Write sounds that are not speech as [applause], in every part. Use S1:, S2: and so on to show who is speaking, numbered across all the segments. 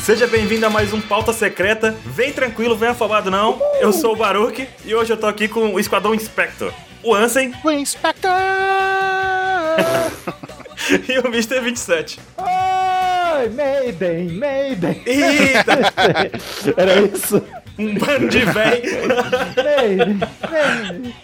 S1: Seja bem-vindo a mais um Pauta Secreta. Vem tranquilo, vem afobado não. Eu sou o Baruque e hoje eu tô aqui com o Esquadrão Inspector, o Ansem
S2: O Inspector!
S1: e o Mr. 27.
S2: Oi, Maiden, Maiden!
S1: Eita,
S2: Era isso?
S1: um bando de véi.
S2: Maiden, Maiden!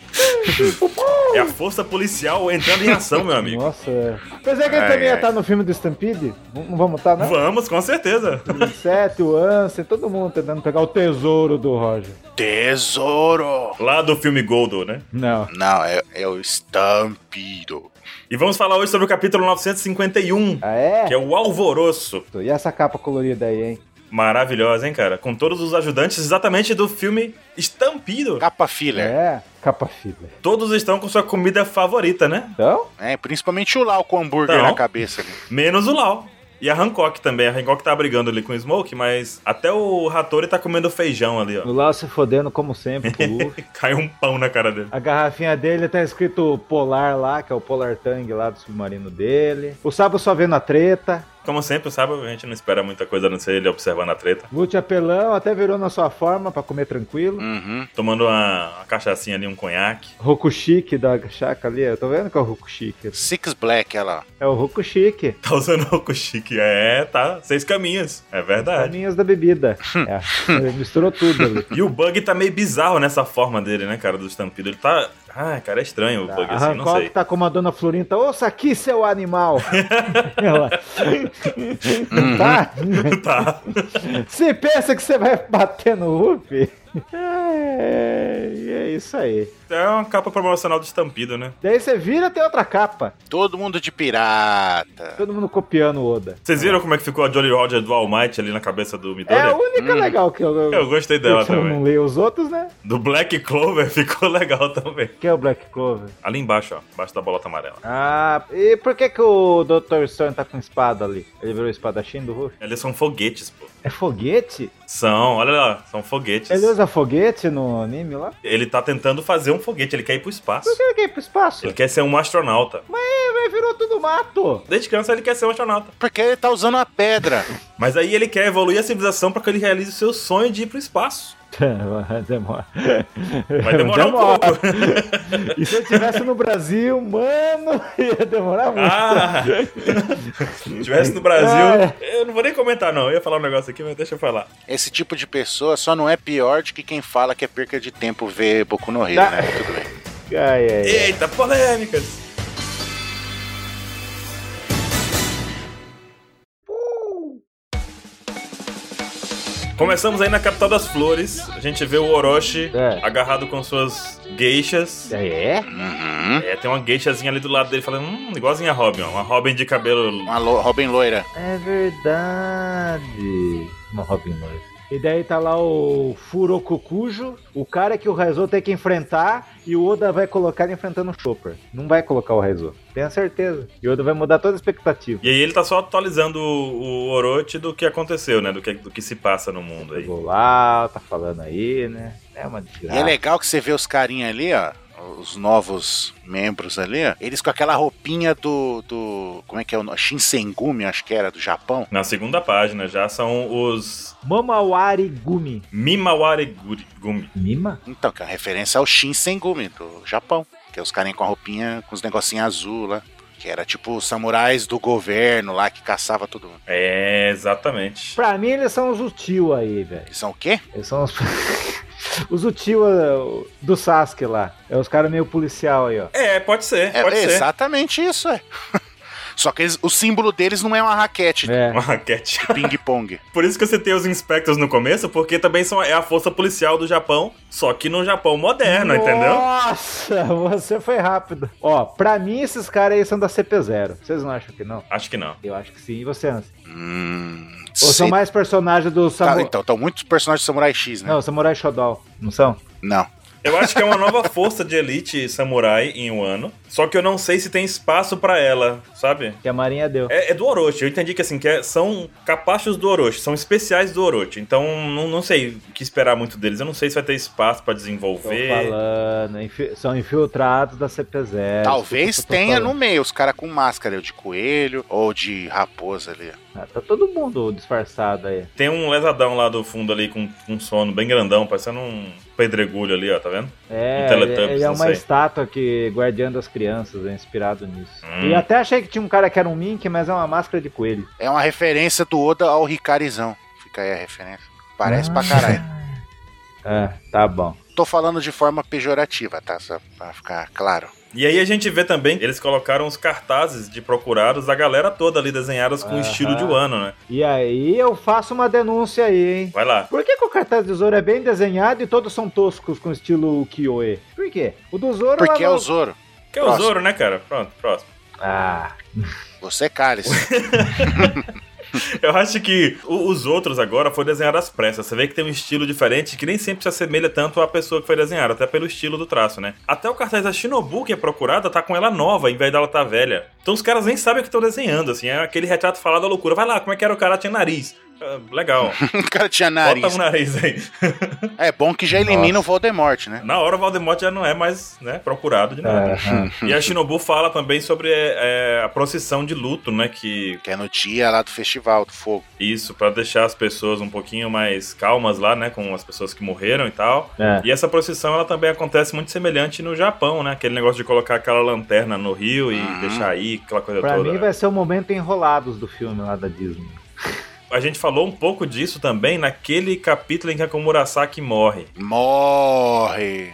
S1: É a força policial entrando em ação, meu amigo.
S2: Nossa, pois é que ele
S1: Ai,
S2: também ia
S1: ai.
S2: estar no filme do Stampede? Não não vamos estar, não?
S1: Vamos, com certeza.
S2: O Inset, o Ansem, todo mundo tentando pegar o tesouro do Roger.
S3: Tesouro!
S1: Lá do filme Goldo, né?
S2: Não.
S3: Não, é, é o estampido.
S1: E vamos falar hoje sobre o capítulo 951,
S2: Ah, é?
S1: que é o Alvoroço.
S2: E essa capa colorida aí, hein?
S1: Maravilhosa, hein, cara? Com todos os ajudantes exatamente do filme Estampido.
S3: Capa filler.
S2: É, capa filler.
S1: Todos estão com sua comida favorita, né?
S2: Então,
S3: É, principalmente o Lau com o hambúrguer
S1: Não.
S3: na cabeça. né?
S1: Menos o Lau. E a Hancock também. A Hancock tá brigando ali com o Smoke, mas até o Hattori tá comendo feijão ali, ó. [laughs]
S2: o Lau se fodendo como sempre, [laughs] pro Luffy.
S1: Caiu um pão na cara dele.
S2: A garrafinha dele tá escrito Polar lá, que é o Polar Tang lá do submarino dele. O Sabo só vendo a treta.
S1: Como sempre, sabe? A gente não espera muita coisa a não ser ele observando a treta.
S2: Lute apelão, até virou na sua forma pra comer tranquilo.
S3: Uhum.
S1: Tomando uma, uma cachaçinha ali, um conhaque. [laughs]
S2: Rokushiki da chaca ali, eu tô vendo que é o Rokushiki.
S3: Six Black, olha lá.
S2: É o Rokushiki.
S1: Tá usando o Kushiki. É, tá. Seis caminhos. É verdade.
S2: Caminhos
S1: [laughs]
S2: da bebida. É, ele misturou tudo ali.
S1: E o Bug tá meio bizarro nessa forma dele, né, cara, do estampido. Ele tá. Ah, cara, é estranho o [laughs] Bug
S2: A
S1: assim, não
S2: Hancock
S1: sei. [laughs]
S2: tá com uma dona Florinta, ouça aqui, seu animal! Ela.
S1: Uhum.
S2: Tá?
S1: Tá.
S2: Você pensa que você vai bater no Luffy? É, é isso aí.
S1: É uma capa promocional do estampido, né?
S2: Daí você vira tem outra capa.
S3: Todo mundo de pirata.
S2: Todo mundo copiando o Oda.
S1: Vocês viram como é que ficou a Jolly Roger do All Might ali na cabeça do
S2: É a
S1: Midoriya?
S2: única legal que eu,
S1: Hum. Eu gostei dela
S2: [laughs] que eu
S1: também.
S2: não leio os outros, né?
S1: Do Black Clover [laughs] ficou legal também.
S2: Que é o Black Clover.
S1: Ali embaixo, ó. Embaixo da bolota amarela.
S2: Ah, e por que que o Dr. Stone tá com espada ali? Ele virou espadachim do Ruff?
S1: Eles são foguetes, pô.
S2: É foguete?
S1: São, olha lá, são foguetes.
S2: Ele usa foguete no anime lá?
S1: Ele tá tentando fazer um foguete, ele quer ir pro espaço.
S2: Por que ele quer ir pro espaço?
S1: Ele quer ser um astronauta.
S2: Ih, mas virou tudo [laughs] mato.
S1: Desde criança ele quer ser um astronauta.
S3: Porque ele tá usando a pedra.
S1: Mas aí ele quer evoluir a civilização pra que ele realize o seu sonho de ir pro espaço.
S2: Demora. [laughs]
S1: Vai demorar um pouco. [laughs]
S2: E se eu estivesse no Brasil, mano, [laughs] ia demorar muito.
S1: Ah! Se tivesse no Brasil. Eu não vou nem comentar, não. Eu ia falar um negócio aqui, mas deixa eu falar.
S3: Esse tipo de pessoa só não é pior do que quem fala que é perca de tempo ver Boku no Hero,
S2: Tá.
S3: né? Tudo bem.
S2: Ai, ai, ai.
S1: Eita, polêmicas! Começamos aí na capital das flores. A gente vê o Orochi
S2: É.
S1: agarrado com suas geixas.
S2: É?
S3: Uhum.
S1: É, tem uma gueixazinha ali do lado dele falando, hum, igualzinha a Robin, ó. Uma Robin de cabelo.
S2: Hum.
S3: Uma lo- Robin loira.
S2: É verdade. Uma Robin Hood. E daí tá lá o Furococujo, o cara que o Raizo tem que enfrentar, e o Oda vai colocar ele enfrentando o Chopper. Não vai colocar o Raizo, tenho certeza. E o Oda vai mudar toda a expectativa.
S1: E aí ele tá só atualizando o o Orochi do que aconteceu, né? Do que, do que se passa no mundo aí.
S2: Chegou lá, tá falando aí, né? É
S3: E
S2: uma
S3: é
S2: desgraça.
S3: legal que você vê os carinha ali, ó. Os novos membros ali, ó, eles com aquela roupinha do. do como é que é o nome? Shinsengumi, acho que era, do Japão.
S1: Na segunda página já são os
S2: Mamawari Gumi.
S1: Mimawari Guri- Gumi.
S2: Mima?
S3: Então, que é uma referência ao Shinsengumi, do Japão. Que é os carinha com a roupinha, com os negocinhos azul lá. Que era tipo os samurais do governo lá que caçava todo mundo.
S1: É, exatamente.
S2: Pra mim, eles são os Uchiwa aí, velho.
S3: Eles são o quê?
S2: Eles são os. [laughs] os Uchiwa do Sasuke lá. É os caras meio policial aí, ó.
S1: É, pode ser,
S3: É,
S1: pode
S3: é
S1: ser.
S3: exatamente isso, é. [laughs] Só que eles- o símbolo deles não é uma raquete
S1: [laughs]
S2: É.
S1: Uma raquete.
S3: de ping-pong.
S1: Por isso que você tem os inspectors no começo, porque também são, é a força policial do Japão, só que no Japão moderno, É, entendeu?
S2: Nossa, [laughs] você foi rápido. Ó, pra mim esses caras aí são da CP0. Vocês não acham que não?
S1: Acho que não.
S2: Eu acho que sim. E você, Ansi?
S3: Hum,
S2: Ou são
S3: sei-
S2: mais personagens do
S3: tá,
S2: Samurai...
S3: então, estão muitos personagens do Samurai X, né?
S2: Não, Samurai Shodown. Não são?
S3: não.
S1: Eu acho que é uma nova [laughs] força de elite samurai em um ano, só que eu não sei se tem espaço pra ela, sabe?
S2: Que a Marinha deu.
S1: É, é do Orochi, eu entendi que assim, que é- são capachos do Orochi, são especiais do Orochi, então não, não sei o que esperar muito deles, eu não sei se vai ter espaço pra
S2: Tô
S1: desenvolver.
S2: falando, infi- são infiltrados da CP0.
S3: Talvez
S2: Escuta o É, que eu tô
S3: tenha
S2: tá falando.
S3: no meio os caras com máscara de coelho ou de raposa ali.
S2: Ah, tá todo mundo disfarçado aí.
S1: Tem um lesadão lá do fundo ali com um sono bem grandão, parecendo um pedregulho ali, ó, tá vendo?
S2: É,
S1: Um Teletubbies,
S2: ele- ele é
S1: não
S2: uma
S1: sei.
S2: estátua que guardiã das crianças, é inspirado nisso.
S1: Hum.
S2: E até achei que tinha um cara que era um mink, mas é uma máscara de coelho.
S3: É uma referência do Oda ao Ricarizão. Fica aí a referência. Parece pra caralho.
S2: Ah, tá bom.
S3: Tô falando de forma pejorativa, tá? Só pra ficar claro.
S1: E aí a gente vê também, eles colocaram os cartazes de procurados da galera toda ali desenhadas com o
S2: Aham.
S1: estilo de Wano, né?
S2: E aí eu faço uma denúncia aí, hein?
S1: Vai lá.
S2: Por que, que o cartaz do Zoro é bem desenhado e todos são toscos com estilo Kyoe? Por quê? O do Zoro...
S3: Porque é
S2: lá
S3: o
S2: no-
S3: Zoro.
S1: Que é o
S3: Próximo.
S1: Zoro, né, cara? Pronto, próximo. [laughs]
S2: Ah,
S3: Você é cálice.
S2: [laughs]
S1: Eu acho que o- os outros agora foi desenhado às pressas. Você vê que tem um estilo diferente que nem sempre se assemelha tanto à pessoa que foi desenhada, até pelo estilo do traço, né? Até o cartaz da Shinobu, que é procurada, tá com ela nova, em vez dela tá velha. Então os caras nem sabem o que estão desenhando, assim. É aquele retrato falado à loucura. Vai lá, como é que era o cara? Tinha nariz. Ah, legal.
S3: o cara tinha
S1: Bota
S3: [laughs] nariz.
S1: um nariz aí. [laughs]
S3: É bom que já elimina o Voldemort, né?
S1: Na hora o Valdemort já não é mais né, procurado de
S3: É.
S1: nada.
S2: ah,
S1: E a Shinobu fala também sobre é, a procissão de luto, né? Que
S3: Que é no dia lá do festival do fogo.
S1: isso, pra deixar as pessoas um pouquinho mais calmas lá, né? Com as pessoas que morreram e tal.
S2: ah.
S1: E essa procissão, ela também acontece muito semelhante no Japão, né? Aquele negócio de colocar aquela lanterna no rio e
S3: Uhum.
S1: deixar aí, aquela coisa
S2: Pra
S1: toda.
S2: mim
S1: né?
S2: vai ser o momento enrolados do filme lá da Disney.
S1: A gente falou um pouco disso também naquele capítulo em que a Komurasaki morre.
S3: Morre!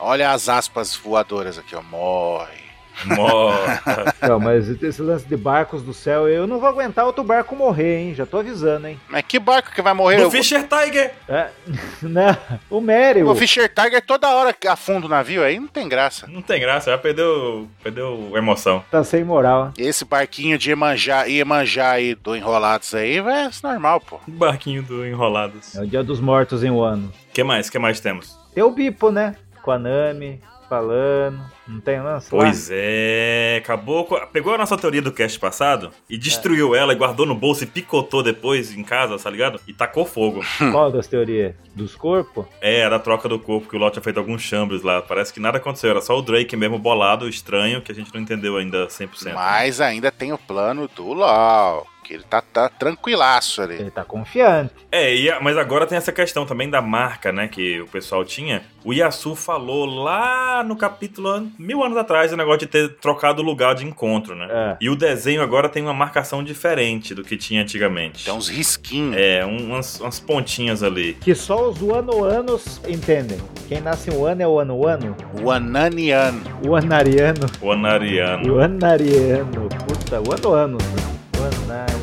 S3: Olha as aspas voadoras aqui, ó. Morre.
S1: [laughs] Morta.
S2: Então, mas esse lance de barcos do céu, eu não vou aguentar outro barco morrer, hein? Já tô avisando, hein?
S3: Mas que barco que vai morrer?
S1: do
S3: O-
S1: Fischer Tiger!
S2: É, [laughs] né? O Meryl.
S3: O Fischer Tiger toda hora que afunda o navio, aí não tem graça.
S1: Não tem graça, já perdeu, perdeu a emoção.
S2: Tá sem moral.
S3: Esse barquinho de Iemanjá, Iemanjá aí do Enrolados aí, vai é normal, pô.
S1: Barquinho do Enrolados.
S2: É o dia dos mortos em um ano.
S1: que mais? que mais temos?
S2: Tem o Bipo, né? Com a Nami, falando. Não tem lance lá?
S1: Pois é, acabou. com a- Pegou a nossa teoria do cast passado e destruiu ela e guardou no bolso e picotou depois em casa, tá ligado? E tacou fogo.
S2: [laughs] Qual das teorias? Dos corpos?
S1: é, era a troca do corpo que o Lott tinha feito alguns chambres lá. Parece que nada aconteceu, era só o Drake mesmo bolado, estranho, que a gente não entendeu ainda 100%.
S3: Mas ainda tem o plano do LOL, que ele tá, tá tranquilaço ali.
S2: Ele tá confiante.
S1: É, e a- mas agora tem essa questão também da marca, né, que o pessoal tinha. O Yasu falou lá no capítulo an- mil anos atrás o negócio de ter trocado o lugar de encontro, né?
S2: É.
S1: E o desenho agora tem uma marcação diferente do que tinha antigamente.
S3: Tem uns risquinhos.
S1: É, um- umas, umas pontinhas ali.
S2: Que só os Wanoanos entendem. Quem nasce um ano é o Anoano.
S3: O Ananian.
S2: O Anariano.
S1: O Anariano.
S2: O Anariano. Puta, né? o Anoanos. O Anariano.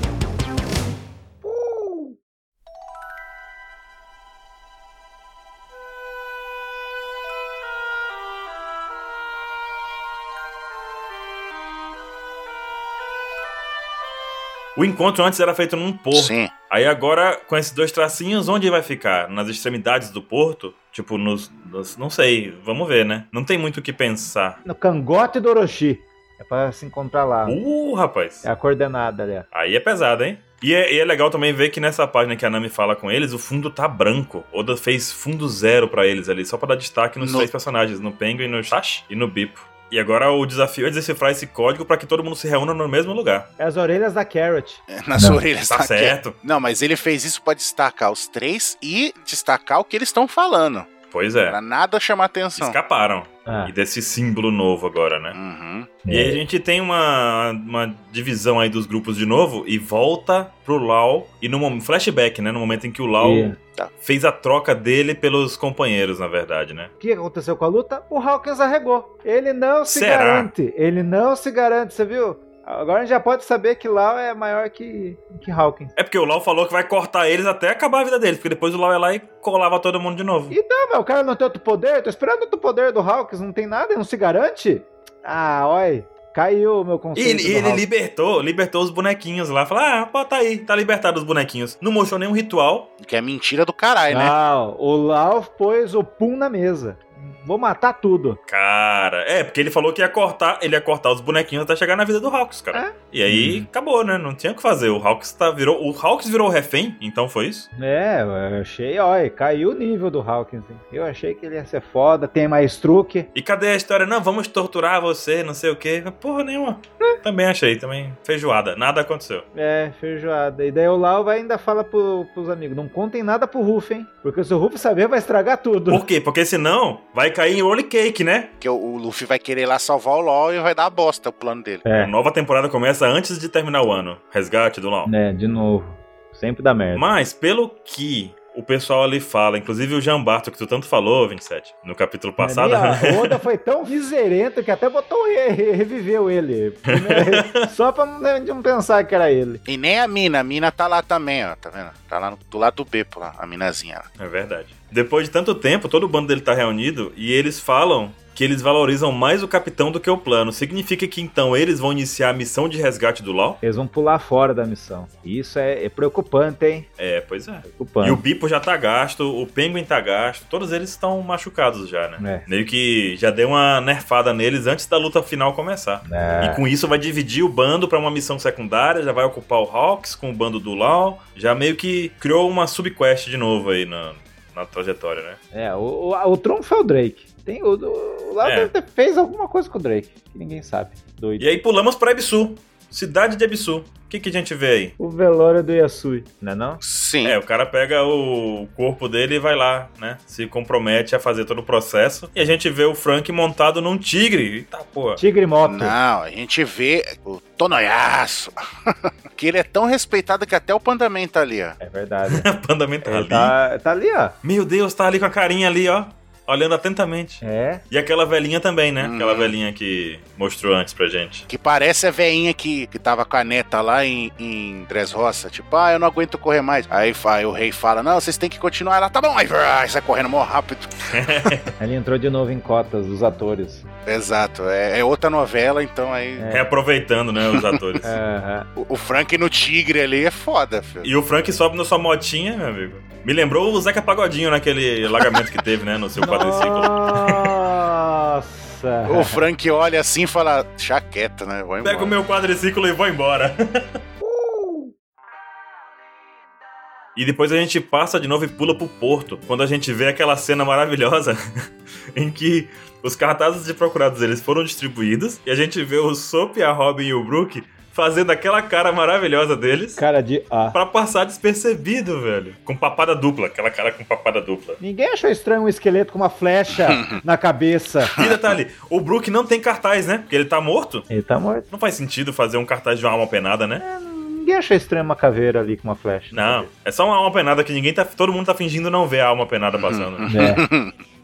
S1: O encontro antes era feito num porto.
S3: Sim.
S1: Aí agora, com esses dois tracinhos, onde vai ficar? Nas extremidades do porto? Tipo, nos, nos- Não sei, vamos ver, né? Não tem muito o que pensar.
S2: No cangote do Orochi. É pra se encontrar
S3: Ah.
S2: lá.
S1: Uh, rapaz.
S2: É a coordenada ali, ó.
S1: Aí é pesado, hein? E é, e é legal também ver que nessa página que a Nami fala com eles, o fundo tá branco. Oda fez fundo zero pra eles ali, só pra dar destaque nos
S3: No-
S1: três personagens, no Penguin, no Shash e no Bipo. E agora o desafio é decifrar esse código pra que todo mundo se reúna no mesmo lugar.
S2: É as orelhas da Carrot.
S3: Nas
S2: Não,
S3: orelhas
S1: Tá
S3: da Cat.
S1: certo?
S3: Não, mas ele fez isso pra destacar os três e destacar o que eles estão falando.
S1: Pois é.
S3: Pra nada chamar atenção.
S1: Escaparam.
S2: Ah. É.
S1: E desse símbolo novo agora, né?
S3: Uhum.
S1: E aí a gente tem uma, uma divisão aí dos grupos de novo e volta pro Lau. E no mom- flashback, né? No momento em que o Lau
S2: E
S1: fez a troca dele pelos companheiros, na verdade, né?
S2: o que aconteceu com a luta? O Hawkins arregou. Ele não se
S1: Será?
S2: garante. Ele não se garante, você viu? Agora a gente já pode saber que Lau é maior que, que Hawkins.
S1: É porque o Lau falou que vai cortar eles até acabar a vida deles, porque depois o Lau ia lá e colava todo mundo de novo.
S2: E não, mas o cara não tem outro poder? Tô esperando outro poder do Hawkins, não tem nada, ele não se garante? Ah, oi. Caiu o meu
S1: E
S2: conceito.
S1: ele,
S2: do
S1: e ele
S2: Hawkins.
S1: libertou, libertou os bonequinhos lá. Falou, ah, pô, tá aí, tá libertado os bonequinhos. Não mostrou nenhum ritual. né? Ah.
S3: Que é mentira do caralho, né?
S2: Não, o Lau pôs o Pum na mesa. Vou matar tudo.
S1: Cara, é, porque ele falou que ia cortar, ele ia cortar os bonequinhos até chegar na vida do Hawks, cara. E aí acabou, né? Não tinha o que fazer. O Hawks tá, virou. O Hawks virou refém, então foi isso?
S2: É, eu achei, olha, caiu o nível do Hawkins. hein? Eu achei que ele ia ser foda, tem mais truque.
S1: E cadê a história? Não, vamos torturar você, não sei o quê. Porra nenhuma. Também achei, também. Feijoada, nada aconteceu.
S2: É, feijoada. E daí o Lau vai ainda fala pro, pros amigos, não contem nada pro Ruff, hein? Porque se o Ruff saber, vai estragar tudo.
S1: Por quê? Porque senão vai cair em Only Cake, né?
S3: Porque o, o Luffy vai querer lá salvar o LOL e vai dar bosta o plano dele.
S2: É.
S1: A nova temporada começa antes de terminar o ano. Resgate do LOL.
S2: Né, de novo. Sempre dá merda.
S1: Mas, pelo que o pessoal ali fala, inclusive o Jean Barto, que tu tanto falou, 27, no capítulo passado. [laughs]
S2: Ali, ó, o Oda É foi tão miserento que até botou re- re- reviveu ele. Primeiro, [laughs] Só pra não- a gente não pensar que era ele.
S3: E nem a mina, a mina tá lá também, ó, tá vendo? Tá lá no- do lado do Bepo lá, a minazinha lá.
S1: É verdade. Depois de tanto tempo, todo o bando dele tá reunido e eles falam que eles valorizam mais o capitão do que o plano. Significa que então eles vão iniciar a missão de resgate do LOL?
S2: Eles vão pular fora da missão. E Isso é, é preocupante, hein?
S1: É, pois é.
S2: Preocupante.
S1: E o Bipo já tá gasto, o Penguin tá gasto, todos eles estão machucados já, né?
S2: É.
S1: Meio que já deu uma nerfada neles antes da luta final começar.
S2: É.
S1: E com isso vai dividir o bando pra uma missão secundária, já vai ocupar o Hawks com o bando do LoL, já meio que criou uma subquest de novo aí na, na trajetória, né?
S2: É, o, o, o trunfo é o Drake. Tem, o o Lau
S1: É.
S2: deve ter- fez alguma coisa com o Drake, que ninguém sabe. Doido.
S1: E aí pulamos pra Ibisu, cidade de Ibisu. O que, que a gente vê aí?
S2: O velório do Yasui, não é não?
S3: Sim.
S1: É, o cara pega o corpo dele e vai lá, né? Se compromete a fazer todo o processo. E a gente vê o Frank montado num tigre. Eita [laughs] porra.
S2: Tigre Moto.
S3: Não, a gente vê o Tonoyaço. [laughs] que ele é tão respeitado que até o Pandaman tá ali, ó.
S2: É verdade.
S1: Panda Man tá
S2: Ele
S1: [laughs] ali.
S2: tá, tá ali, ó.
S1: Meu Deus, tá ali com a carinha ali, ó. Olhando atentamente.
S2: É.
S1: E aquela velhinha também, né?
S3: Hum.
S1: Aquela
S2: Uhum.
S1: velhinha que mostrou antes pra gente.
S3: Que parece a veinha que, que tava com a neta lá em, em Dressrosa. Tipo, ah, eu não aguento correr mais. Aí, fa- aí o rei fala, não, vocês têm que continuar. Ela, tá bom. Aí vrá, sai correndo mó rápido.
S2: Ele entrou de novo em cotas dos atores.
S3: Exato, é, é outra novela, então aí...
S2: É.
S1: Reaproveitando, né,
S2: [laughs]
S1: os atores.
S2: Aham.
S3: O, o Frank no tigre ali é foda, filho.
S1: E o Frank sobe na sua motinha, meu amigo. Me lembrou o Zeca Pagodinho naquele alagamento que teve, né? No seu quadriciclo.
S2: Nossa!
S3: O Frank olha assim e fala, chaqueta, né? Vai
S1: Pega o
S3: embora.
S1: meu quadriciclo e vou embora. E depois a gente passa de novo e pula pro porto, quando a gente vê aquela cena maravilhosa [laughs] em que os cartazes de procurados eles foram distribuídos e a gente vê o Soap, a Robin e o Brook fazendo aquela cara maravilhosa deles
S2: Cara de A.
S1: pra passar despercebido, velho. Com papada dupla, aquela cara com papada dupla.
S2: Ninguém achou estranho um esqueleto com
S1: [laughs]
S2: uma flecha na cabeça.
S1: E detalhe, o Brook não tem cartaz, né? Porque ele tá morto.
S2: Ele tá morto.
S1: Não faz sentido fazer um cartaz de uma alma penada, né?
S2: Ninguém achou estranho uma caveira ali com uma flecha. na
S1: Não, é só uma alma penada que ninguém tá. Todo mundo tá fingindo não ver a alma penada passando.
S3: Uhum.
S2: cabeça.
S1: [laughs]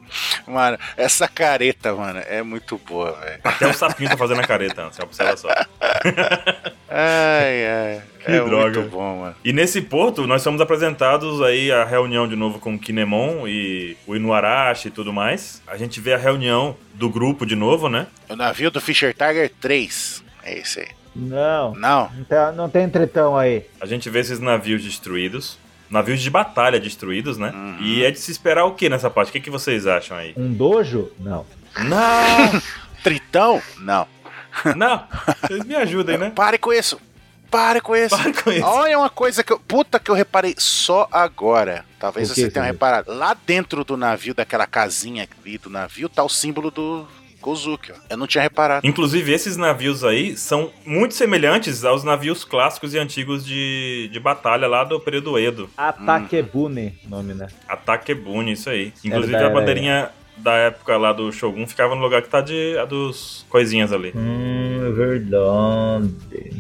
S2: É.
S3: Mano, essa careta, mano, é muito boa, velho.
S1: Até o sapinho tá fazendo a careta, você observa só.
S3: Ai, ai.
S1: Que
S3: é
S1: droga.
S3: muito bom, mano.
S1: E nesse porto, nós somos apresentados aí a reunião de novo com o Kinemon e o Inuarashi e tudo mais. A gente vê a reunião do grupo de novo, né?
S3: O navio do Fischer Tiger 3. É isso aí.
S2: Não.
S3: Não.
S2: Não tem, não tem tretão aí.
S1: A gente vê esses navios destruídos. Navios de batalha destruídos, né?
S3: Uhum.
S1: E é de se esperar o que nessa parte? O que, que vocês acham aí?
S2: Um dojo? Não.
S1: Não!
S3: Tritão? Não.
S1: Não! Vocês me ajudem, né?
S3: Pare com isso. Pare com isso.
S1: Para com isso.
S3: Olha uma coisa que eu. Puta que eu reparei só agora. Talvez
S2: O quê,
S3: você tenha
S2: Sandro?
S3: reparado. Lá dentro do navio, daquela casinha ali do navio, tá o símbolo do Gozuki, ó. Eu não tinha reparado.
S1: Inclusive, esses navios aí são muito semelhantes aos navios clássicos e antigos de, de batalha lá do período Edo.
S2: Atakebune,
S1: Hum.
S2: nome, né?
S1: Atakebune, isso aí. Inclusive,
S2: da-
S1: a bandeirinha da época lá do Shogun ficava no lugar que tá de, a dos coisinhas ali.
S2: Hum, é verdade.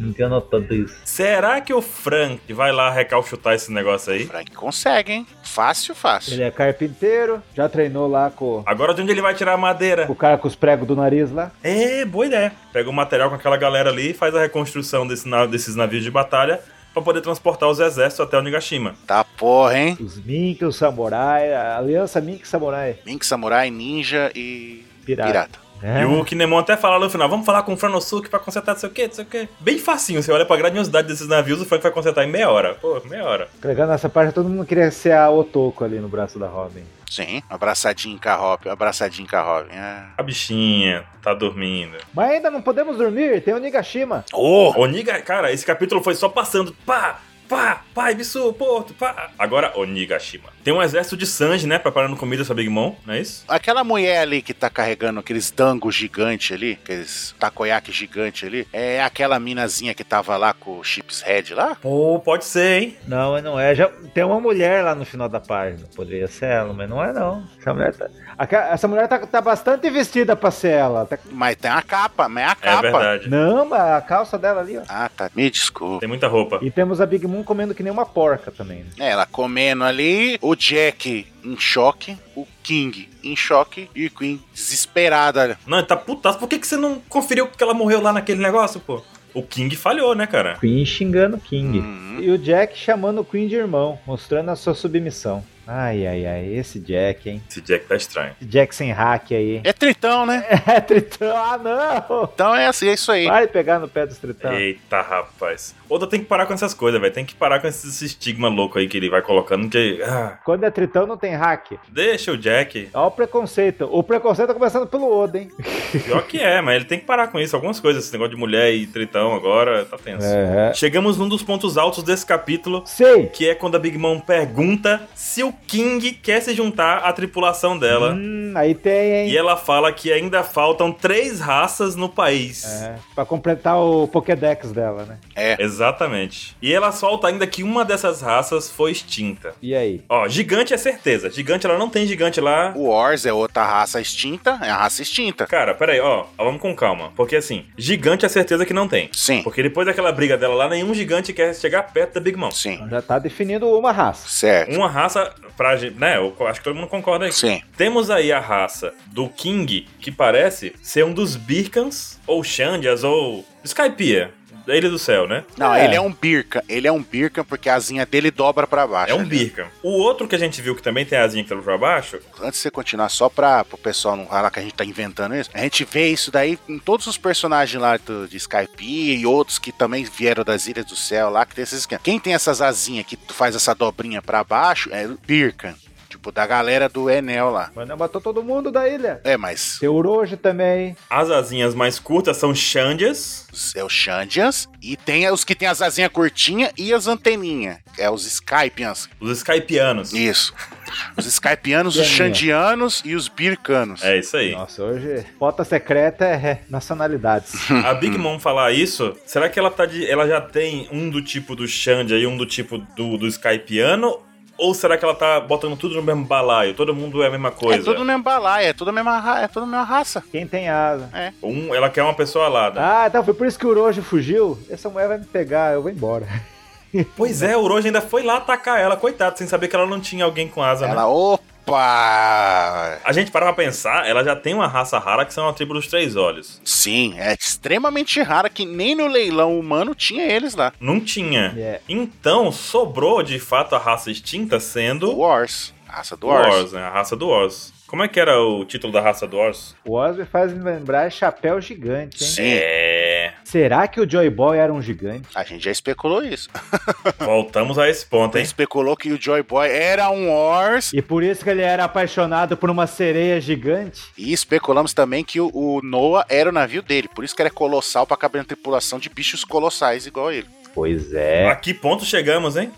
S2: Não tinha notado isso.
S1: Será que o Frank vai lá recalchutar esse negócio aí?
S3: Frank consegue, hein? Fácil, fácil.
S2: Ele é carpinteiro, já treinou lá com,
S1: Agora, de onde ele vai tirar a madeira?
S2: com o cara com os pregos do nariz lá.
S1: É, boa ideia. Pega o material com aquela galera ali e faz a reconstrução desse na- desses navios de batalha pra poder transportar os exércitos até Onigashima.
S3: Tá porra, hein?
S2: Os Mink, os Samurai, a aliança Mink Samurai.
S3: Mink, Samurai, Ninja e.
S2: Pirata.
S3: Pirata.
S1: E
S2: É.
S1: o Kinemon até fala lá no final, vamos falar com o Franosuke pra consertar não sei o que, não sei o que. Bem facinho, você olha pra grandiosidade desses navios, o Frank vai consertar em meia hora. Pô, meia hora.
S2: Legal, nessa parte todo mundo queria ser a Otoko ali no braço da Robin.
S3: Sim, abraçadinho com a Robin, abraçadinho com a Robin. Ah.
S1: A bichinha tá dormindo.
S2: Mas ainda não podemos dormir, tem o Nigashima.
S1: Oh! Oniga, cara, esse capítulo foi só passando. Pá! Pá, pá, Ibisu, Porto, pá. Agora, Onigashima. Tem um exército de Sanji, né? Preparando comida pra Big Mom, não é isso?
S3: Aquela mulher ali que tá carregando aqueles dangos gigantes ali, aqueles takoyaki gigante ali, é aquela minazinha que tava lá com o Chips Head lá?
S1: Pô, pode ser, hein?
S2: Não, não é. Já tem uma mulher lá no final da página. Poderia ser ela, mas não é não. Essa mulher tá, Aquela- essa mulher tá, tá bastante vestida pra ser ela. Tá-
S3: Mas tem a capa, mas é a
S1: É
S3: capa.
S1: verdade.
S2: Não, mas a calça dela ali, ó.
S3: Ah, tá. Me desculpa.
S1: Tem muita roupa.
S2: E temos a Big Moon comendo que nem uma porca também. né?
S3: É, Ela comendo ali, o Jack em choque, o King em choque e o Queen desesperada.
S1: Não, ele tá putaço. Por que, que você não conferiu que ela morreu lá naquele negócio, pô? O King falhou, né, cara?
S2: Queen xingando King.
S3: Uhum.
S2: E o Jack chamando o Queen de irmão, mostrando a sua submissão. Ai, ai, ai, esse Jack, hein?
S1: Esse Jack tá estranho.
S2: Esse Jack sem hack aí. [laughs]
S3: É tritão, né?
S2: É, Tritão, ah não!
S3: Então é assim, é isso aí.
S2: Vai pegar no pé dos Tritão.
S3: É.
S1: Eita, rapaz. Oda tem que parar com essas coisas, velho. Tem que parar com esse, esse estigma louco aí que ele vai colocando. Que. Ah,
S2: Quando é Tritão não tem hack.
S1: deixa o Jack.
S2: Olha o preconceito. O preconceito tá começando pelo Oda, hein?
S1: Pior que é, mas ele tem que parar com isso. Algumas coisas, esse negócio de mulher e tritão agora, tá tenso.
S2: É.
S1: Chegamos num dos pontos altos desse capítulo,
S2: Sei.
S1: que é quando a Big Mom pergunta se o King quer se juntar à tripulação dela.
S2: Hum, aí tem,
S1: E
S2: hein?
S1: ela fala que ainda faltam três raças no país.
S2: É, pra completar o Pokédex dela, né?
S1: Exatamente. E ela solta ainda que uma dessas raças foi extinta.
S2: E aí?
S1: Ó, gigante é certeza. Gigante, ela não tem gigante lá.
S3: O Ors é outra raça extinta, é a raça extinta.
S1: Cara, peraí, ó, ó, vamos com calma. Porque assim, gigante é certeza que não tem.
S3: Sim,
S1: Porque depois daquela briga dela lá, nenhum gigante quer chegar perto da Big Mom.
S3: sim.
S2: Já tá definindo uma raça.
S3: Certo.
S1: Uma raça pra gente, né? Eu acho que todo mundo concorda aí.
S3: Sim.
S1: Temos aí a raça do King, que parece ser um dos Birkans, ou Xandias, ou Skypiea, da Ilha do Céu, né?
S3: Não,
S2: É.
S3: ele é um birca. Ele é um birca porque a asinha dele dobra pra baixo.
S1: É um
S3: ali.
S1: Birkan. O outro que a gente viu que também tem a asinha que tá pra baixo,
S3: Antes de você continuar, só pra o pessoal não falar que a gente tá inventando isso, a gente vê isso daí em todos os personagens lá do, de Skype e outros que também vieram das Ilhas do Céu lá, que tem esses esquemas. Quem tem essas asinhas que tu faz essa dobrinha pra baixo é o Birkan, tipo da galera do Enel lá.
S2: Mas não matou todo mundo da ilha.
S3: É, mas
S2: Tem o Orochi também.
S1: as asinhas mais curtas são Xandias.
S3: é o Xandians e tem os que tem as asinhas curtinhas e as anteninhas, é os Skypians.
S1: Os Skypianos.
S3: Isso. Os Skypianos, os
S2: Anteninha.
S3: Xandianos e os Birkanos.
S1: É isso aí.
S2: Nossa, hoje. Bota secreta é
S3: [laughs]
S2: nacionalidades.
S1: A Big Mom falar isso, será que ela tá de. Ela já tem um do tipo do Xandia e um do tipo do, do Skypiano? Ou será que ela tá botando tudo no mesmo balaio? Todo mundo é a mesma
S3: É
S1: coisa.
S3: tudo no mesmo balaio, é tudo a mesma, ra- é tudo a mesma raça.
S2: Quem tem asa?
S1: Um, ela quer uma pessoa alada.
S2: Ah, então foi por isso que o Orochi fugiu. Essa mulher vai me pegar, eu vou embora.
S1: Pois é, o Orochi ainda foi lá atacar ela, coitado, sem saber que ela não tinha alguém com asa, né?
S3: Ela, opa!
S1: A gente para pra pensar, ela já tem uma raça rara que são a tribo dos três olhos.
S3: Sim, é extremamente rara que nem no leilão humano tinha eles lá.
S1: Não tinha.
S2: É.
S1: Então, sobrou de fato a raça extinta
S3: Do
S1: sendo
S3: Wars, raça do
S1: do
S3: Wars.
S1: Ors, né? A raça do Ors. Como é que era o título da raça do Ors?
S2: [laughs] O Oz me faz me lembrar chapéu gigante, hein?
S3: Sim,
S1: É.
S2: Será que o Joy Boy era um gigante?
S3: a gente já especulou isso.
S1: Voltamos a esse ponto,
S3: A gente
S1: hein?
S3: especulou que o Joy Boy era um Wars.
S2: E por isso que ele era apaixonado por uma sereia gigante?
S3: E especulamos também que o, o Noah era o navio dele. Por isso que era colossal pra caber na tripulação de bichos colossais igual ele.
S2: Pois é.
S1: A que ponto chegamos, hein?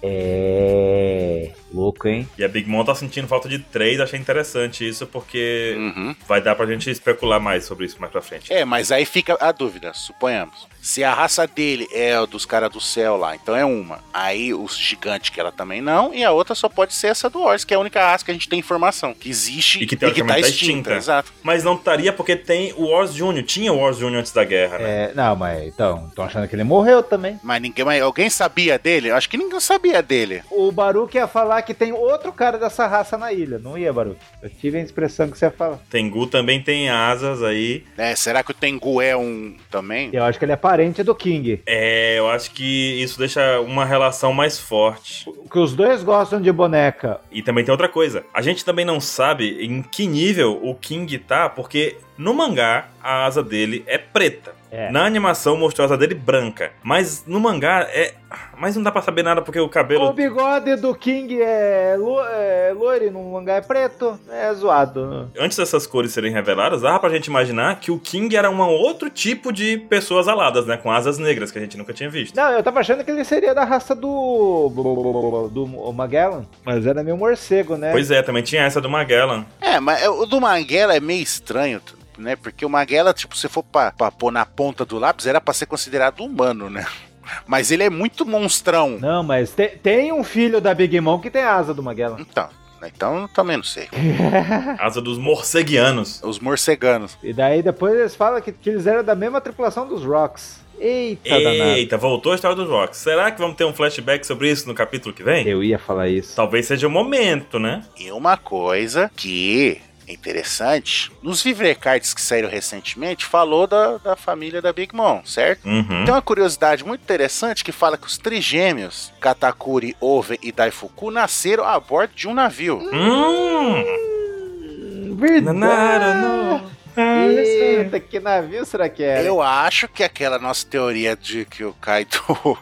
S2: É. Louco, hein?
S1: E a Big Mom tá sentindo falta de três, achei interessante isso, porque
S3: Uhum.
S1: vai dar pra gente especular mais sobre isso mais pra frente.
S3: É, mas aí fica a dúvida, suponhamos. Se a raça dele é a dos caras do céu lá, então é uma. Aí os gigantes que ela também não, e a outra só pode ser essa do Ors, que é a única raça que a gente tem informação. Que existe
S1: E que teoricamente tá extinta.
S3: Exato.
S1: Mas não estaria porque tem o Wars Jr. Tinha o Wars Jr. antes da guerra, né?
S2: É, não, mas então, estão achando que ele morreu também.
S3: Mas ninguém. Mas alguém sabia dele? Eu acho que ninguém sabia dele.
S2: O Baruque ia falar que tem outro cara dessa raça na ilha, não ia, Baruque? Eu tive a expressão que você ia falar.
S1: Tengu também tem asas aí.
S3: É, será que o Tengu é um também?
S2: Eu acho que ele é parente do King.
S1: É, eu acho que isso deixa uma relação mais forte.
S2: Que os dois gostam de boneca.
S1: E também tem outra coisa. A gente também não sabe em que nível o King tá, porque No mangá, a asa dele é preta. É. Na animação mostrou a asa dele branca. Mas no mangá é. Mas não dá pra saber nada porque o cabelo.
S2: O bigode do King é, lo... é loiro e no mangá é preto. É zoado.
S1: Antes dessas cores serem reveladas, dava pra gente imaginar que o King era um outro tipo de pessoas aladas, né? Com asas negras que a gente nunca tinha visto.
S2: Não, eu tava achando que ele seria da raça do. do Magellan. Mas era meio morcego, né?
S1: Pois é, também tinha essa do [laughs] Magellan.
S3: É, mas o do Magellan é meio estranho né? Porque o Maguela, tipo, se for pra, pra pôr na ponta do lápis, era pra ser considerado humano, né? [laughs] Mas ele é muito
S1: é.
S3: monstrão.
S2: Não, mas te, tem um filho da Big Mom que tem asa do Maguela.
S3: Então, então também não sei.
S1: Asa dos morceguianos.
S3: Os morceganos.
S2: E daí depois eles falam que, que eles eram da mesma tripulação dos Rocks. Eita,
S1: Eita, Tá danado. voltou a história dos Rocks. Será que vamos ter um flashback sobre isso no capítulo que vem?
S2: Eu ia falar isso.
S1: Talvez seja o momento, né?
S3: E uma coisa que é interessante, nos vivrecards que saíram recentemente, falou da, da família da Big Mom, certo?
S1: Uhum.
S3: Tem uma curiosidade muito interessante que fala que os trigêmeos, Katakuri, Ove e Daifuku, nasceram a bordo de um navio.
S1: [laughs] Hum. Verdade! Nanara,
S2: Eita, que navio será que era?
S3: Eu acho que aquela nossa teoria de que o Kaido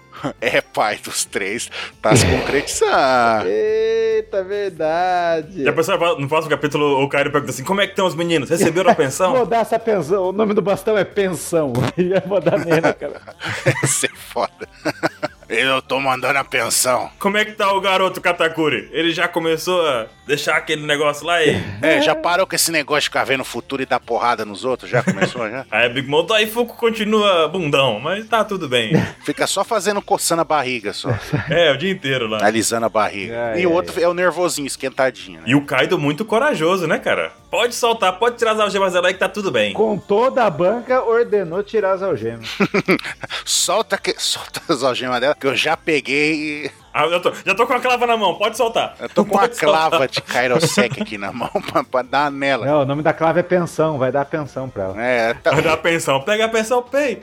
S3: [laughs] é pai dos três tá se concretizando.
S2: [laughs] Eita, verdade.
S1: Já pensou no próximo capítulo o Kaido pergunta assim: como é que estão os meninos? Receberam a pensão?
S3: [laughs]
S2: vou dar essa pensão. O nome do bastão é Pensão. [laughs] Eu vou dar nele, cara.
S3: Isso é foda. [laughs] Eu tô mandando a pensão.
S1: Como é que tá o garoto Katakuri? Ele já começou a deixar aquele negócio lá
S3: [laughs]
S1: e.
S3: É, já parou com esse negócio de ficar vendo o futuro e dar porrada nos outros? Já começou, já?
S1: Aí Big Mom e Fuku continua bundão, mas tá tudo
S3: [laughs]
S1: bem.
S3: Fica só fazendo, coçando a barriga [laughs] só.
S1: é, o dia inteiro lá.
S3: Alisando a barriga. Ai, e o outro ai, é o nervosinho, esquentadinho. Né?
S1: E o Kaido muito corajoso, né, cara? Pode soltar, pode tirar as algemas dela aí que tá tudo bem.
S2: Com toda a banca, ordenou tirar as algemas.
S3: solta, que... [laughs] solta as algemas dela que eu já peguei e...
S1: ah, eu tô, já tô com a clava na mão, [laughs] pode soltar.
S3: Eu tô com [laughs] a clava de Kairosek aqui na mão [laughs] pra, pra, dar nela.
S2: Não, o nome da clava é pensão, vai dar pensão pra ela.
S3: É, tá...
S1: Vai dar pensão, pega a pensão,
S3: [laughs]
S1: pay.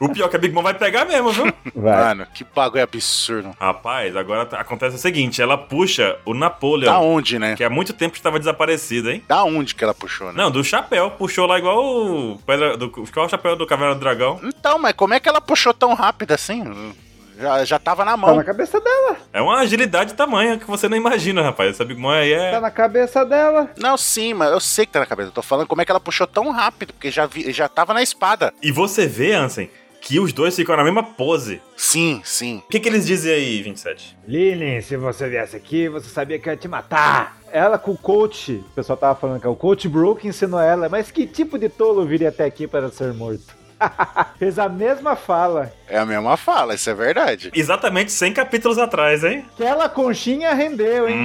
S1: o pior é que a Big Mom vai pegar mesmo, viu?
S3: Vai.
S2: Ah,
S3: Mano, que bagulho absurdo.
S1: Rapaz, agora tá, acontece o seguinte, ela puxa o Napoleão.
S3: Da onde, né?
S1: Que há muito tempo estava desaparecido, hein?
S3: Da onde que ela puxou, né?
S1: Não, do chapéu, puxou lá igual o... Pedra do... Qual o chapéu do Caverna do Dragão?
S3: Então, mas como é que ela puxou tão rápido assim? Já, já tava na mão.
S2: Tá na cabeça dela.
S1: É uma agilidade tamanha que você não imagina, rapaz. Essa Big Mom aí é.
S2: Tá na cabeça dela.
S3: Não, sim, mas eu sei que tá na cabeça. Eu tô falando como é que ela puxou tão rápido, porque já, vi, já tava na espada.
S1: E você vê, Ansem, que os dois ficam na mesma pose.
S3: Sim, sim.
S1: O que, que eles dizem aí, 27?
S2: Lili, se você viesse aqui, você sabia que eu ia te matar. Ela com o coach, o pessoal tava falando que é o coach Brook ensinou ela, mas que tipo de tolo viria até aqui para ser morto? [laughs] Fez a mesma fala.
S3: É a mesma fala, isso é verdade.
S1: Exatamente 100 capítulos atrás, hein?
S2: Aquela conchinha rendeu, hein?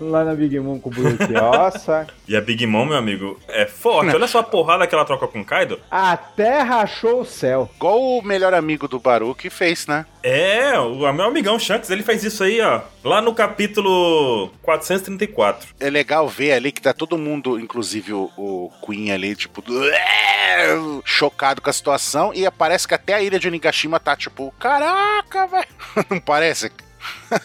S2: Lá na Big Mom com o Brook, nossa.
S1: Hum. E a Big Mom, meu amigo, é forte. Olha só a porrada que ela troca com o Kaido.
S2: A terra achou o céu.
S3: Igual o melhor amigo do Baruch fez, né?
S1: É, o meu amigão Shanks, ele fez isso aí, ó. Lá no capítulo 434.
S3: É legal ver ali que tá todo mundo, inclusive o, o Queen ali, tipo... [laughs] Chocado com a situação e a parece que até a ilha de Onigashima tá tipo, caraca, velho. [laughs] Não parece?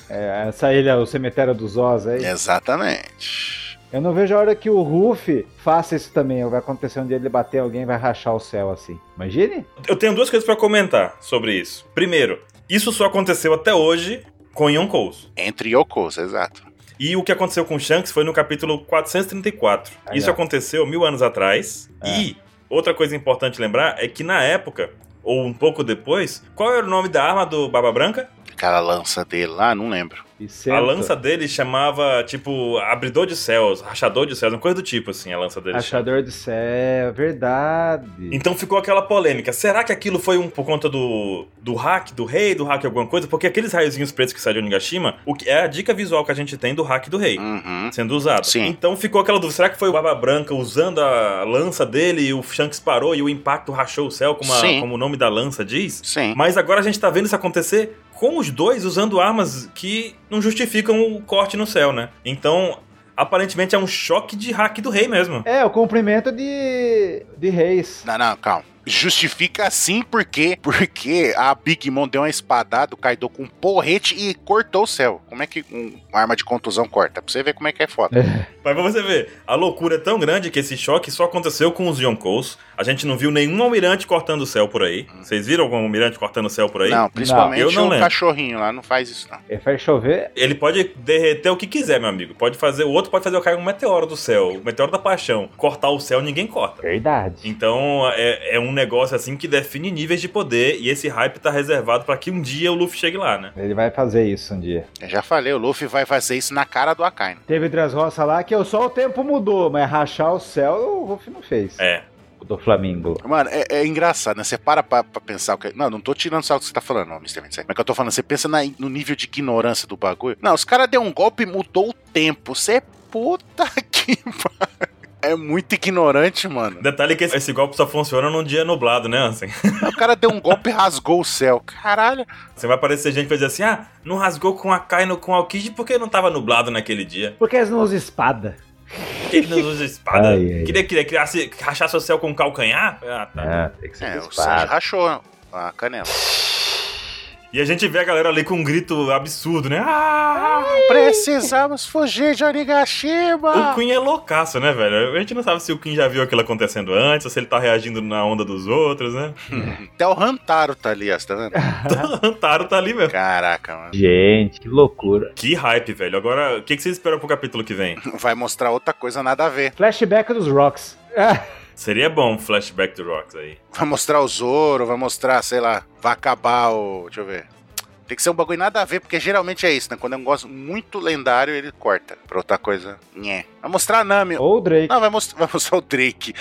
S2: é, essa ilha, o cemitério dos Oz aí.
S3: Exatamente.
S2: Eu não vejo a hora que o Ruffy faça isso também. Vai acontecer um dia ele bater alguém vai rachar o céu assim. Imagine?
S1: Eu tenho duas coisas para comentar sobre isso. Primeiro, isso só aconteceu até hoje com Yonkous.
S3: Entre Yonkous, exato.
S1: E o que aconteceu com Shanks foi no capítulo 434. Ah, isso é. aconteceu mil anos atrás. Ah. E Outra coisa importante lembrar é que na época, ou um pouco depois, qual era o nome da arma do Barba Branca?
S3: Aquela lança dele lá, não lembro.
S1: A lança dele chamava, tipo, abridor de céus, rachador de céus, uma coisa do tipo, assim, a lança dele.
S2: Rachador chama. de céu, é verdade.
S1: Então ficou aquela polêmica. Será que aquilo foi um por conta do, do hack, do rei, do hack alguma coisa? Porque aqueles raiozinhos pretos que saem de Onigashima, o que é a dica visual que a gente tem do hack do rei
S3: uhum.
S1: sendo usado.
S3: Sim.
S1: Então ficou aquela dúvida. Será que foi o Barba Branca usando a lança dele e o Shanks parou e o impacto rachou o céu, como, a, como o nome da lança diz?
S3: Sim.
S1: Mas agora a gente tá vendo isso acontecer com os dois usando armas que não justificam o corte no céu, né? Então, aparentemente é um choque de hack do rei mesmo.
S2: É, o comprimento de, de reis.
S3: Não, não, calma. Justifica assim porque porque a Big Mom deu uma espadada, o Kaido com um porrete e cortou o céu. Como é que um- uma arma de contusão corta? Pra você ver como é que é foda.
S1: Mas pra você ver, a loucura é tão grande que esse choque só aconteceu com os Yonkous. A gente não viu nenhum almirante cortando o céu por aí. Vocês viram algum almirante cortando o céu por aí?
S3: Não, principalmente
S1: Não, eu não
S3: o
S1: lembro.
S3: cachorrinho lá, não faz isso não.
S2: É, faz chover.
S1: Ele pode derreter o que quiser, meu amigo. Pode fazer, o outro pode fazer eu cair um meteoro do céu, o meteoro da paixão. Cortar o céu, ninguém corta.
S2: Verdade.
S1: Então é, é um negócio assim que define níveis de poder e esse hype tá reservado pra que um dia o Luffy chegue lá, né?
S2: Ele vai fazer isso um dia.
S3: Eu já falei, o Luffy vai fazer isso na cara do né? Akainu.
S2: Teve outras roças lá que eu- só o tempo mudou, mas rachar o céu o Ruff não fez.
S1: É.
S2: O do Flamengo.
S3: Mano, é, é engraçado, né? Você para pra, pra pensar o que. é- Não, não tô tirando só o que você tá falando, não, Mr. 27. Mas o que eu tô falando, você pensa na- no nível de ignorância do bagulho. Não, os caras deu um golpe e mudou o tempo. Você é puta [laughs] que pariu. É muito ignorante, mano.
S1: Detalhe que esse, esse golpe só funciona num dia nublado, né, Ansem?
S3: O cara deu um golpe e rasgou o céu. Caralho.
S1: Você vai aparecer gente que vai dizer assim: ah, não rasgou com a Kaino com a Alkid porque não tava nublado naquele dia.
S2: Por que eles não usam espada?
S1: Porque
S2: [laughs]
S1: ele não usa espada.
S2: Ai, ai.
S1: Queria, queria criasse, rachasse o céu com calcanhar? Ah, tá.
S2: Ah, tem que ser
S3: É,
S2: com
S3: o Sanji
S2: espada.
S3: rachou a canela.
S1: E a gente vê a galera ali com um grito absurdo, né? Ah!
S3: Precisamos fugir de
S1: O
S3: Onigashima.
S1: Queen é loucaço, né, velho? A gente não sabe se o Queen já viu aquilo acontecendo antes, ou se ele tá reagindo na onda dos outros, né? [laughs]
S3: Até o Rantaro tá ali, ó, você tá [laughs] vendo?
S1: Então, o Antaro tá ali mesmo.
S3: Caraca, mano.
S2: Gente, que loucura.
S1: Que hype, velho. Agora, o que, que vocês esperam pro capítulo que vem?
S3: Vai mostrar outra coisa nada a ver.
S2: Flashback dos Rocks. [laughs] Ah,
S1: Seria bom um flashback do Rocks aí.
S3: Vai mostrar o Zoro, vai mostrar, sei lá, vai acabar o. Deixa eu ver. Tem que ser um bagulho nada a ver, porque geralmente é isso, né? Quando é um negócio muito lendário, ele corta pra outra coisa. Nhé. Vai mostrar a Nami.
S2: Ou o Drake.
S3: Não, vai, most- vai mostrar [laughs] o Drake.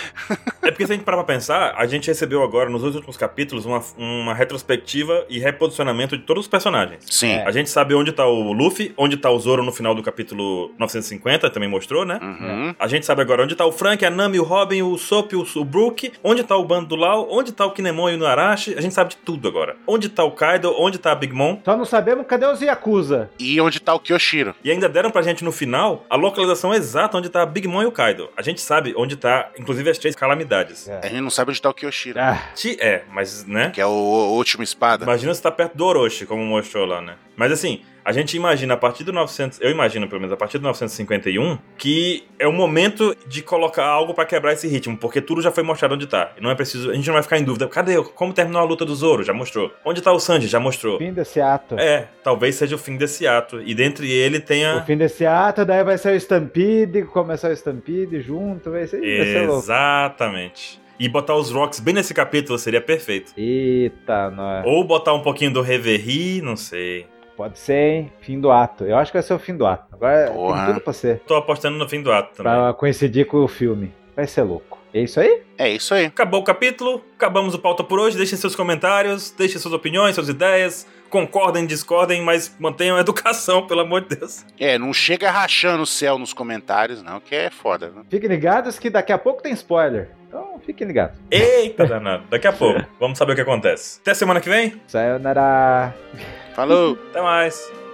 S1: É porque se a gente parar pra pensar, a gente recebeu agora, nos dois últimos capítulos, uma, uma retrospectiva e reposicionamento de todos os personagens.
S3: Sim.
S2: É.
S1: A gente sabe onde tá o Luffy, onde tá o Zoro no final do capítulo 950, também mostrou, né?
S3: Uhum.
S1: A gente sabe agora onde tá o Frank, a Nami, o Robin, o Sop, o, o Brook, onde tá o bando do Lau, onde tá o Kinemon e o Narashi, a gente sabe de tudo agora. Onde tá o Kaido, onde tá a Big Mom.
S2: Só não sabemos cadê os Yakuza.
S3: E onde tá o Kyoshiro?
S1: E ainda deram pra gente no final a localização exata onde tá a Big Mom e o Kaido. A gente sabe onde tá, inclusive, as três calamidades.
S2: É.
S3: A gente não sabe onde tá o Kyoshiro.
S2: Ah,
S1: Ti- É, mas, né?
S3: Que é o, o último espada.
S1: Imagina se tá perto do Orochi, como mostrou lá, né? Mas assim, a gente imagina a partir do 900, eu imagino pelo menos a partir do 951, que é o momento de colocar algo pra quebrar esse ritmo, porque tudo já foi mostrado onde tá. E não é preciso, a gente não vai ficar em dúvida. Cadê? Como terminou a luta do Zoro? Já mostrou. Onde tá o Sanji? Já mostrou.
S2: fim desse ato.
S1: É, talvez seja o fim desse ato e dentre ele
S2: O
S1: tenha
S2: fim desse ato, daí vai ser o Stampede, começar o Stampede junto, vai ser, vai ser louco.
S1: Exatamente. E botar os rocks bem nesse capítulo seria perfeito.
S2: Eita, nós.
S1: Ou botar um pouquinho do Reverie, não sei.
S2: Pode ser, hein? Fim do ato. Eu acho que vai ser o fim do ato. Agora
S3: Porra.
S2: tem tudo pra ser.
S1: Tô apostando no fim do ato também.
S2: Pra coincidir com o filme. Vai ser louco. É isso aí?
S3: É isso aí.
S1: Acabou o capítulo, acabamos o pauta por hoje. Deixem seus comentários, deixem suas opiniões, suas ideias. Concordem, discordem, mas mantenham a educação, [laughs] pelo amor de Deus.
S3: É, não chega rachando o céu nos comentários, não, que é foda. Né?
S2: Fiquem ligados que daqui a pouco tem spoiler. Então fiquem ligados.
S1: Eita, danado. Daqui a pouco, vamos saber o que acontece. Até semana que vem.
S2: Sayonara.
S3: Falou!
S1: Até mais.